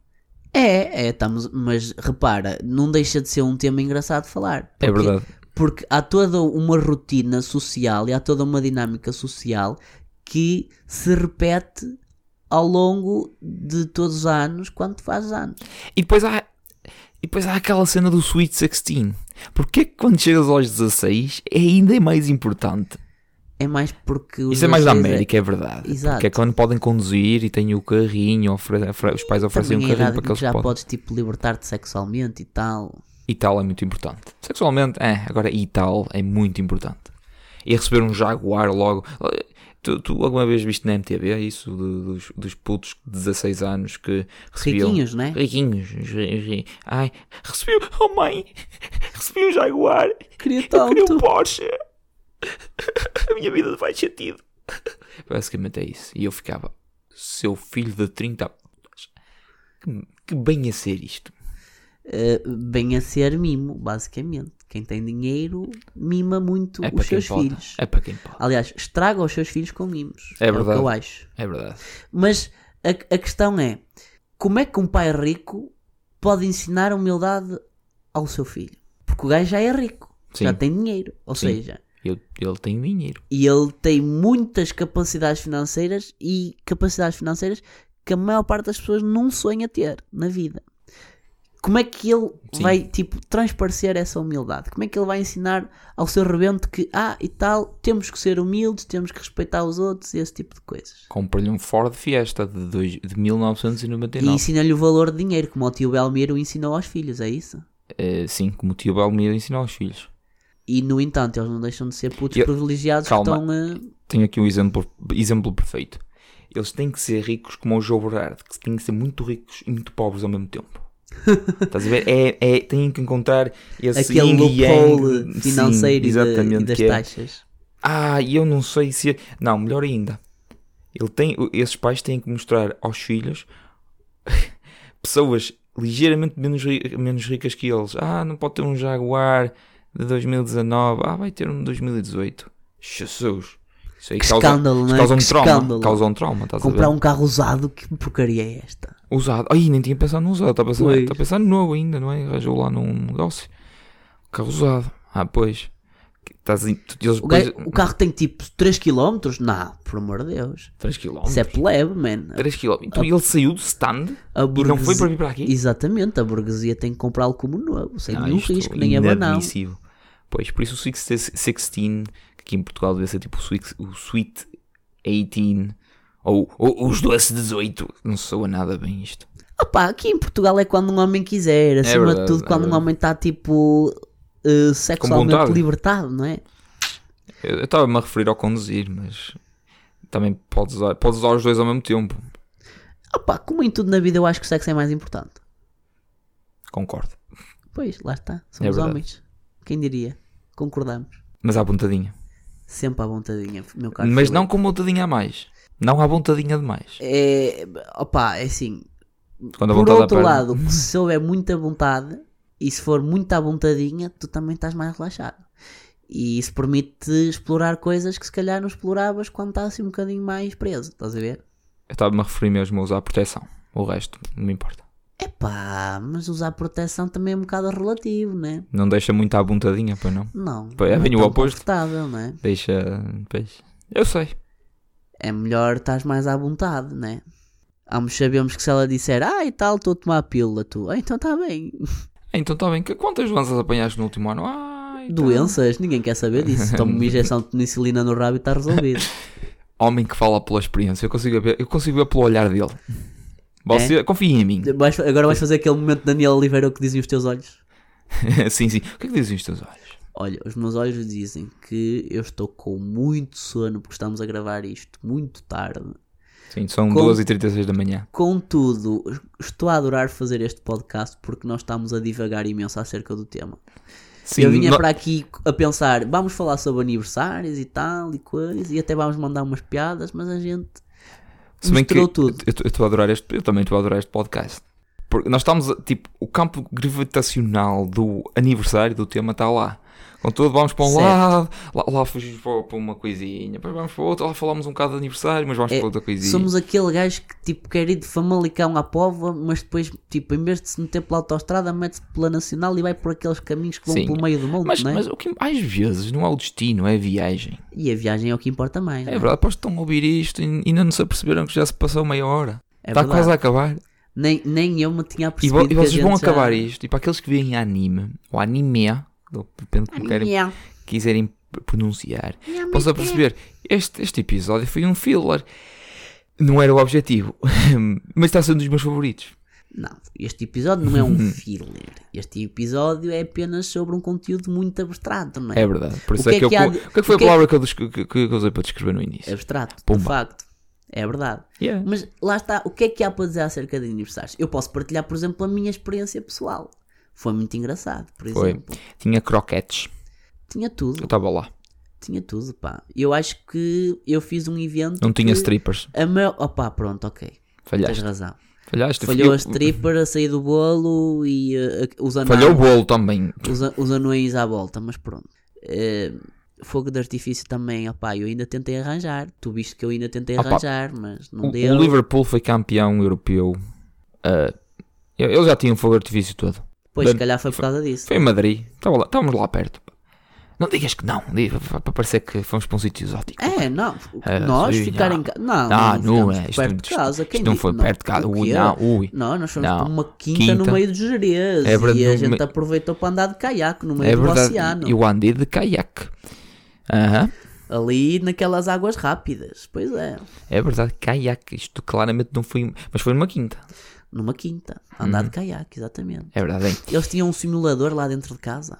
Speaker 2: É, é, estamos, mas repara, não deixa de ser um tema engraçado de falar.
Speaker 1: É verdade.
Speaker 2: Porque há toda uma rotina social e há toda uma dinâmica social que se repete ao longo de todos os anos quando tu fazes anos.
Speaker 1: E depois há. E depois há aquela cena do Sweet 16. Porquê que quando chegas aos 16 é ainda mais importante?
Speaker 2: É mais porque os
Speaker 1: Isso é mais da
Speaker 2: 16
Speaker 1: América, é verdade.
Speaker 2: Exato.
Speaker 1: Porque é quando podem conduzir e têm o carrinho, ofre- ofre- os pais oferecem
Speaker 2: Também
Speaker 1: um
Speaker 2: a
Speaker 1: carrinho
Speaker 2: idade
Speaker 1: para
Speaker 2: em
Speaker 1: que
Speaker 2: que
Speaker 1: eles
Speaker 2: já
Speaker 1: possam.
Speaker 2: podes tipo libertar-te sexualmente e tal.
Speaker 1: E tal é muito importante. Sexualmente, é, agora e tal é muito importante. E receber um Jaguar logo. Tu, tu alguma vez viste na MTV isso do- dos, dos putos de 16 anos que recebiam.
Speaker 2: Riquinhos, né?
Speaker 1: Riquinhos. ri- ri- Ai, recebi. Oh mãe, recebi um Jaguar.
Speaker 2: Queria
Speaker 1: Eu queria um
Speaker 2: tanto.
Speaker 1: Porsche. A minha vida não faz sentido. Basicamente é isso. E eu ficava, seu filho de 30. Que, que bem a ser isto.
Speaker 2: Eh, bem a ser mimo, basicamente. Quem tem dinheiro mima muito
Speaker 1: É para
Speaker 2: os
Speaker 1: quem
Speaker 2: seus
Speaker 1: pode.
Speaker 2: filhos.
Speaker 1: É para quem pode.
Speaker 2: Aliás, estraga os seus filhos com mimos.
Speaker 1: É
Speaker 2: o que
Speaker 1: verdade.
Speaker 2: eu acho.
Speaker 1: É verdade.
Speaker 2: Mas a, a questão é: como é que um pai rico pode ensinar humildade ao seu filho? Porque o gajo já é rico,
Speaker 1: Sim.
Speaker 2: já tem dinheiro. Ou
Speaker 1: Sim.
Speaker 2: seja,
Speaker 1: Eu, ele tem dinheiro.
Speaker 2: e ele tem muitas capacidades financeiras e capacidades financeiras que a maior parte das pessoas não sonha ter na vida. Como é que ele
Speaker 1: Sim.
Speaker 2: vai, tipo, transparecer essa humildade? Como é que ele vai ensinar ao seu rebento que, ah, e tal, temos que ser humildes, temos que respeitar os outros e esse tipo de coisas?
Speaker 1: Comprei-lhe um Ford Fiesta de, dois, de
Speaker 2: E
Speaker 1: 1999.
Speaker 2: ensina-lhe o valor de dinheiro, como o tio Belmiro ensinou aos filhos, é isso?
Speaker 1: Eh, sim, como o tio Belmiro ensinou aos filhos.
Speaker 2: E, no entanto, eles não deixam de ser putos
Speaker 1: Eu-
Speaker 2: privilegiados
Speaker 1: Calma.
Speaker 2: que estão eh, a...
Speaker 1: Tenho aqui um exemplo, exemplo perfeito. Eles têm que ser ricos como o João Berardo, que têm que ser muito ricos e muito pobres ao mesmo tempo. Estás a ver? É, é- têm que encontrar esse
Speaker 2: Aquele
Speaker 1: yin e yang.
Speaker 2: loophole
Speaker 1: Sim,
Speaker 2: financeiro e, de- e das
Speaker 1: que é.
Speaker 2: taxas.
Speaker 1: Ah, e eu não sei se. Não, melhor ainda. Ele tem, esses pais têm que mostrar aos filhos pessoas ligeiramente menos, ri- menos ricas que eles. Ah, não pode ter um Jaguar de 2019. Ah, vai ter um de 2018. Jesus. Isso aí
Speaker 2: Que
Speaker 1: causa,
Speaker 2: escândalo,
Speaker 1: isso
Speaker 2: não é?
Speaker 1: causa um
Speaker 2: Que
Speaker 1: trauma.
Speaker 2: escândalo.
Speaker 1: Causa um trauma, estás a
Speaker 2: Comprar
Speaker 1: ver?
Speaker 2: um carro usado, que porcaria é esta?
Speaker 1: Usado. Ai, nem tinha pensado no usado. Está a pensar,
Speaker 2: Pois.
Speaker 1: tá a pensar no novo ainda, não é? Arranjou lá num negócio. Carro usado. Ah, pois. Estás, em- tu- eles
Speaker 2: O, gajo-
Speaker 1: depois-
Speaker 2: o carro tem tipo 3km? Não, por amor de Deus.
Speaker 1: 3 km.
Speaker 2: Isso é plebe, man.
Speaker 1: 3 km. Então ele saiu do stand
Speaker 2: A
Speaker 1: e não foi
Speaker 2: burguesia-
Speaker 1: para vir para aqui? Ah,
Speaker 2: Exatamente, a burguesia tem que comprá-lo como novo, sem nenhum
Speaker 1: isto
Speaker 2: risco, nem é banal.
Speaker 1: inadmissível. Pois, por isso o Sweet 16, que aqui em Portugal devia ser tipo o Sweet, o Sweet 18 Ou, ou os doce 18. Não soa nada bem isto.
Speaker 2: Opa, aqui em Portugal é quando um homem quiser, acima
Speaker 1: verdade,
Speaker 2: de tudo,
Speaker 1: é
Speaker 2: quando um
Speaker 1: verdade.
Speaker 2: homem está tipo eh, sexualmente
Speaker 1: vontade.
Speaker 2: libertado, não é?
Speaker 1: Eu estava-me a referir ao conduzir, mas também podes usar, podes usar os dois ao mesmo tempo.
Speaker 2: Opa, como em tudo na vida, eu acho que o sexo é mais importante.
Speaker 1: Concordo.
Speaker 2: Pois, lá está, somos
Speaker 1: É verdade.
Speaker 2: homens. Quem diria? Concordamos.
Speaker 1: Mas há pontadinha.
Speaker 2: Sempre à vontadinha, meu caro.
Speaker 1: mas
Speaker 2: Filipe.
Speaker 1: não com pontadinha a mais. Não há pontadinha de mais.
Speaker 2: É, opa, é assim,
Speaker 1: Quando a
Speaker 2: Por
Speaker 1: vontade
Speaker 2: outro
Speaker 1: aperta-
Speaker 2: lado, se houver muita vontade e se for muita vontadinha, tu também estás mais relaxado. E isso permite explorar coisas que se calhar não exploravas quando estás assim um bocadinho mais preso, estás a ver?
Speaker 1: Eu estava-me a referir mesmo a usar proteção. O resto, não me importa.
Speaker 2: Epá, mas usar proteção também é um bocado relativo, né?
Speaker 1: Não deixa muito à pontadinha, pois não?
Speaker 2: Não.
Speaker 1: Pá, é
Speaker 2: não
Speaker 1: bem o
Speaker 2: tão
Speaker 1: oposto.
Speaker 2: confortável, né?
Speaker 1: Deixa. Pois. Eu sei.
Speaker 2: É melhor estás mais à vontade, né? Ambos sabemos que se ela disser, ah e tal, estou a tomar a pílula, tu, "Ah, então está bem.
Speaker 1: Então está bem. que- Quantas doenças apanhaste no último ano? Ai, tá.
Speaker 2: Doenças, ninguém quer saber disso. Toma uma injeção de penicilina no rabo e está resolvido.
Speaker 1: Homem que fala pela experiência. Eu consigo ver, eu consigo ver pelo olhar dele.
Speaker 2: É?
Speaker 1: Você, confia em mim.
Speaker 2: Vais- agora vais fazer aquele momento de Daniel Oliveira o que dizem os teus olhos?
Speaker 1: sim, sim. O que é que dizem os teus olhos?
Speaker 2: Olha, os meus olhos dizem que eu estou com muito sono porque estamos a gravar isto muito tarde.
Speaker 1: Sim, são
Speaker 2: Com-
Speaker 1: 2h36 da manhã.
Speaker 2: Contudo, estou a adorar fazer este podcast porque nós estamos a divagar imenso acerca do tema.
Speaker 1: Sim,
Speaker 2: eu vinha
Speaker 1: no-
Speaker 2: para aqui a pensar, vamos falar sobre aniversários e tal e coisas, e até vamos mandar umas piadas, mas a gente
Speaker 1: se bem que
Speaker 2: misturou tudo.
Speaker 1: eu- eu estou a adorar este. Eu também estou a adorar este podcast. Porque nós estamos, a- tipo, o campo gravitacional do aniversário do tema está lá. Contudo, vamos para um
Speaker 2: Certo.
Speaker 1: lado, lá, lá fugimos para, para uma coisinha, depois vamos para outro, lá falamos um bocado de aniversário, mas vamos
Speaker 2: É,
Speaker 1: para outra coisinha.
Speaker 2: Somos aquele gajo que tipo quer ir de Famalicão à Póvoa, mas depois, tipo, em vez de se meter pela autostrada, mete-se pela Nacional e vai por aqueles caminhos que vão
Speaker 1: Sim.
Speaker 2: pelo meio do mundo,
Speaker 1: Mas,
Speaker 2: não é?
Speaker 1: mas o que às vezes não é o destino, é a viagem.
Speaker 2: E a viagem é o que importa mais.
Speaker 1: É
Speaker 2: não é?
Speaker 1: verdade, depois estão a ouvir isto e ainda não se aperceberam que já se passou meia hora.
Speaker 2: É
Speaker 1: Está
Speaker 2: verdade.
Speaker 1: Tá quase a acabar.
Speaker 2: nem, nem eu me tinha
Speaker 1: E,
Speaker 2: percebido.
Speaker 1: vo- e vocês vão acabar isto. E para aqueles que veem anime, ou anime, ou depende como querem, quiserem p- pronunciar, posso perceber. Este, este episódio foi um filler. Não era o objetivo, mas está sendo um dos meus favoritos.
Speaker 2: Não, este episódio não é um filler. Este episódio é apenas sobre um conteúdo muito abstrato, não é?
Speaker 1: É verdade. Por isso
Speaker 2: que
Speaker 1: é
Speaker 2: é
Speaker 1: que eu.
Speaker 2: que há
Speaker 1: co-
Speaker 2: de-
Speaker 1: O que é que foi
Speaker 2: o
Speaker 1: a
Speaker 2: que é
Speaker 1: palavra que eu des- que- que eu usei para descrever no início?
Speaker 2: Abstrato, de
Speaker 1: Pumba.
Speaker 2: facto. É verdade.
Speaker 1: Yeah.
Speaker 2: Mas lá está, o que é que há para dizer acerca de aniversários? Eu posso partilhar, por exemplo, a minha experiência pessoal. Foi muito engraçado, por
Speaker 1: Foi.
Speaker 2: exemplo.
Speaker 1: Tinha croquetes.
Speaker 2: Tinha
Speaker 1: Eu
Speaker 2: tudo,
Speaker 1: estava lá.
Speaker 2: tinha tudo, pá. Eu acho que eu fiz um evento.
Speaker 1: Não tinha
Speaker 2: que
Speaker 1: strippers.
Speaker 2: A maior... Opa, pronto, ok. Tens
Speaker 1: Falhaste.
Speaker 2: razão.
Speaker 1: Falhaste.
Speaker 2: Falhou
Speaker 1: Eu-
Speaker 2: a stripper a sair do bolo e eh, a- os anões,
Speaker 1: Falhou o bolo também.
Speaker 2: os, a- os anões à volta, mas pronto. Eh, fogo de artifício também, opá, eu ainda tentei arranjar. Tu viste que eu ainda tentei
Speaker 1: Opa,
Speaker 2: arranjar, mas não
Speaker 1: O,
Speaker 2: deu.
Speaker 1: o Liverpool foi campeão europeu. Ah, eu- eles já tinham fogo de artifício todo.
Speaker 2: Pois, se
Speaker 1: Dan-
Speaker 2: calhar foi por causa disso.
Speaker 1: Foi em Madrid. Estava lá- Estávamos lá perto. Não digas que não. Diga- Para parecer que fomos para um sítio exótico.
Speaker 2: É, não,
Speaker 1: É,
Speaker 2: nós
Speaker 1: sim,
Speaker 2: ficar
Speaker 1: não.
Speaker 2: em casa. Não,
Speaker 1: Ah,
Speaker 2: não,
Speaker 1: não,
Speaker 2: ficamos
Speaker 1: é. Isto,
Speaker 2: perto
Speaker 1: isto-
Speaker 2: de casa.
Speaker 1: isto
Speaker 2: Quem
Speaker 1: não
Speaker 2: diz-
Speaker 1: foi perto de casa.
Speaker 2: o
Speaker 1: Ui,
Speaker 2: quê?
Speaker 1: não, ui.
Speaker 2: Não, nós fomos
Speaker 1: Não.
Speaker 2: para uma quinta, no
Speaker 1: Quinta.
Speaker 2: meio do Jerez
Speaker 1: É verdade,
Speaker 2: e a
Speaker 1: no
Speaker 2: gente
Speaker 1: me-
Speaker 2: aproveitou para andar de caiaque no meio
Speaker 1: É
Speaker 2: do
Speaker 1: verdade.
Speaker 2: oceano.
Speaker 1: Eu andei de caiaque. Aham.
Speaker 2: Ali naquelas águas rápidas. Pois é,
Speaker 1: É verdade. Caiaque. Isto claramente não foi. Mas foi numa quinta.
Speaker 2: numa quinta. Andar
Speaker 1: Uhum.
Speaker 2: de caiaque, exatamente.
Speaker 1: É verdade. hein?
Speaker 2: Eles tinham um simulador lá dentro de casa.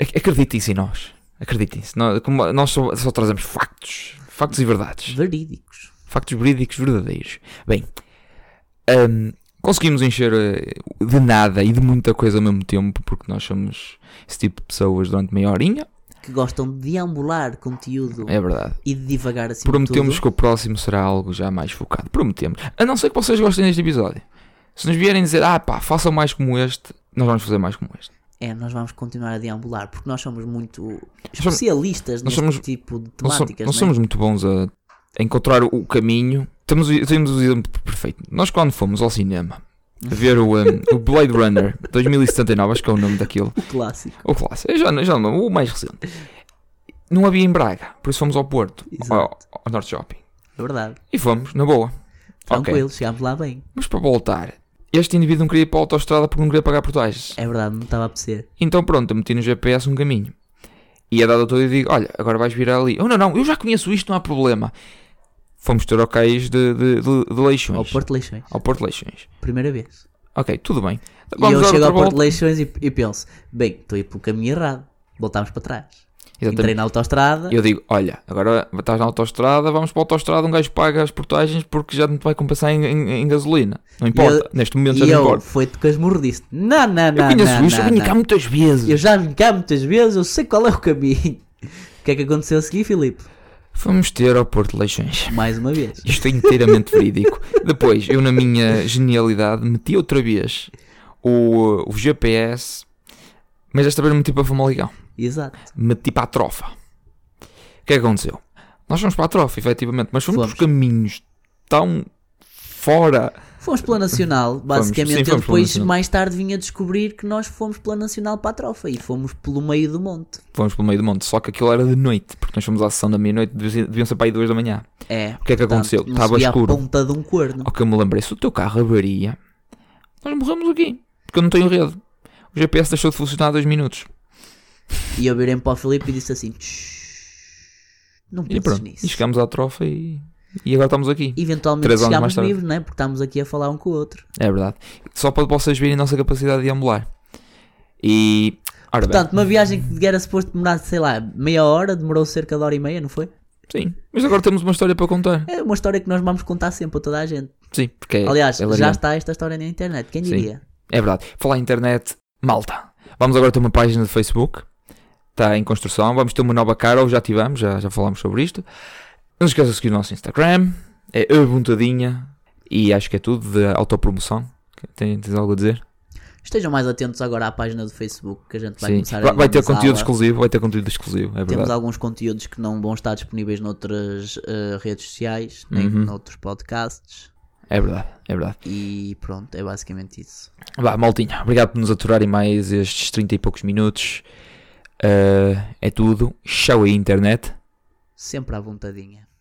Speaker 1: Ac- Acreditem-se em nós. Acreditem-se. Nós, como nós só, só trazemos factos. Factos e verdades.
Speaker 2: Verídicos.
Speaker 1: Factos verídicos verdadeiros. Bem, hum, conseguimos encher eh, de nada e de muita coisa ao mesmo tempo, porque nós somos esse tipo de pessoas durante meia horinha.
Speaker 2: Que gostam de deambular conteúdo
Speaker 1: É verdade.
Speaker 2: e de divagar assim.
Speaker 1: Prometemos
Speaker 2: tudo.
Speaker 1: que o próximo será algo já mais focado. Prometemos. A não ser que vocês gostem deste episódio. Se nos vierem dizer, ah pá, façam mais como este, nós vamos fazer mais como este.
Speaker 2: É, nós vamos continuar a deambular porque nós somos muito especialistas
Speaker 1: nós
Speaker 2: neste
Speaker 1: somos-
Speaker 2: tipo de
Speaker 1: Nós, som-
Speaker 2: temáticas.
Speaker 1: nós
Speaker 2: não é?
Speaker 1: somos muito bons a a encontrar o caminho. Temos, o- temos o exemplo perfeito. Nós, quando fomos ao cinema a ver o, hum, o Blade Runner 2079, acho que é o nome daquilo.
Speaker 2: O clássico.
Speaker 1: O clássico. Eu já, eu já não, o mais recente. Não havia em Braga, por isso fomos ao Porto,
Speaker 2: Exato.
Speaker 1: ao, ao Norte Shopping.
Speaker 2: É verdade.
Speaker 1: E fomos, na boa.
Speaker 2: Tranquilo, chegámos lá bem.
Speaker 1: Mas para voltar, este indivíduo não queria ir para a autostrada porque não queria pagar portagens.
Speaker 2: É verdade, não estava a perceber.
Speaker 1: Então pronto, eu meti no GPS um caminho. E a dada altura eu digo, olha, agora vais virar ali. Oh não, não, eu já conheço isto, não há problema. fomos ter locais de, de, de, de leixões.
Speaker 2: Ao Porto Leixões.
Speaker 1: Ao Porto Leixões.
Speaker 2: Primeira vez.
Speaker 1: Ok, tudo bem.
Speaker 2: e eu
Speaker 1: dar
Speaker 2: chego
Speaker 1: outra
Speaker 2: ao Porto
Speaker 1: volta.
Speaker 2: Leixões e, e penso: bem, estou a ir pelo caminho errado. Voltámos para trás. Entrei
Speaker 1: Exatamente.
Speaker 2: na autostrada.
Speaker 1: Eu digo, olha, agora estás na autostrada, vamos para a autostrada, um gajo paga as portagens porque já não te vai compensar em, em- em gasolina. Não importa, neste momento já
Speaker 2: E
Speaker 1: não
Speaker 2: eu
Speaker 1: importa.
Speaker 2: foi-te com as mordiste. Não, não,
Speaker 1: Eu
Speaker 2: não.
Speaker 1: conheço
Speaker 2: não,
Speaker 1: isto, eu
Speaker 2: não,
Speaker 1: vim
Speaker 2: não.
Speaker 1: cá muitas vezes.
Speaker 2: Eu já vim cá muitas vezes, eu sei qual é o caminho. O que é que aconteceu a seguir, Filipe?
Speaker 1: Fomos ter ao Porto Leixões.
Speaker 2: Mais uma vez.
Speaker 1: Isto é inteiramente verídico. Depois, eu na minha genialidade meti outra vez o, o GPS, mas desta vez meti para Famaligão.
Speaker 2: Exato.
Speaker 1: Meti para a trofa. O que é que aconteceu? Nós fomos para a trofa, efetivamente, mas fomos,
Speaker 2: Fomos.
Speaker 1: por caminhos tão fora.
Speaker 2: Fomos pela Nacional, basicamente.
Speaker 1: sim,
Speaker 2: eu
Speaker 1: fomos pela
Speaker 2: depois,
Speaker 1: Nacional.
Speaker 2: mais tarde, vinha descobrir que nós fomos pela Nacional para a trofa e fomos pelo meio do monte.
Speaker 1: Fomos pelo meio do monte, só que aquilo era de noite, porque nós fomos à sessão da meia-noite, deviam deviam ser para aí duas da manhã.
Speaker 2: É.
Speaker 1: O que é que aconteceu? Estava
Speaker 2: à
Speaker 1: escuro.
Speaker 2: ponta de um corno.
Speaker 1: Ao que eu me lembrei, se o teu carro avaria, nós morremos aqui, porque eu não tenho rede. O GPS deixou de funcionar há dois minutos.
Speaker 2: E eu virei para o Filipe e disse assim: "Tsh, Não
Speaker 1: E
Speaker 2: penses
Speaker 1: pronto,
Speaker 2: nisso.
Speaker 1: e chegámos à trofa e, e agora estamos aqui.
Speaker 2: Eventualmente
Speaker 1: Três anos mais
Speaker 2: chegámos
Speaker 1: tarde.
Speaker 2: livre, não é? Porque estávamos aqui a falar um com o outro.
Speaker 1: É verdade. Só para vocês verem a nossa capacidade de ambular. E. Ora bem,
Speaker 2: Portanto, uma viagem que era suposto demorar, sei lá, meia hora, demorou cerca de hora e meia, não foi?
Speaker 1: sim. Mas agora temos uma história para contar.
Speaker 2: É uma história que nós vamos contar sempre a toda a gente.
Speaker 1: Sim, porque é.
Speaker 2: Aliás,
Speaker 1: é
Speaker 2: já
Speaker 1: hilariante.
Speaker 2: está esta história na internet, quem
Speaker 1: Sim.
Speaker 2: diria?
Speaker 1: É verdade. Falar em internet, malta. Vamos agora ter uma página de Facebook. Está em construção. Vamos ter uma nova cara, ou já tivemos, já, já falámos sobre isto. Não se esqueça de seguir o nosso Instagram. É a vontadinha. E acho que é tudo de autopromoção. Tem- Tens algo a dizer?
Speaker 2: Estejam mais atentos agora à página do Facebook que a gente vai
Speaker 1: Sim.
Speaker 2: começar a
Speaker 1: Vai, vai ter
Speaker 2: dinamizá-la.
Speaker 1: conteúdo exclusivo, vai ter conteúdo exclusivo, é
Speaker 2: Temos
Speaker 1: verdade.
Speaker 2: alguns conteúdos que não vão estar disponíveis noutras eh, redes sociais, nem
Speaker 1: Uhum.
Speaker 2: noutros podcasts.
Speaker 1: É verdade, é verdade.
Speaker 2: E pronto, é basicamente isso.
Speaker 1: Vá, maltinha, obrigado por nos aturarem mais estes 30 e poucos minutos. Ah, é tudo. Tchau aí, internet.
Speaker 2: Sempre à vontadinha.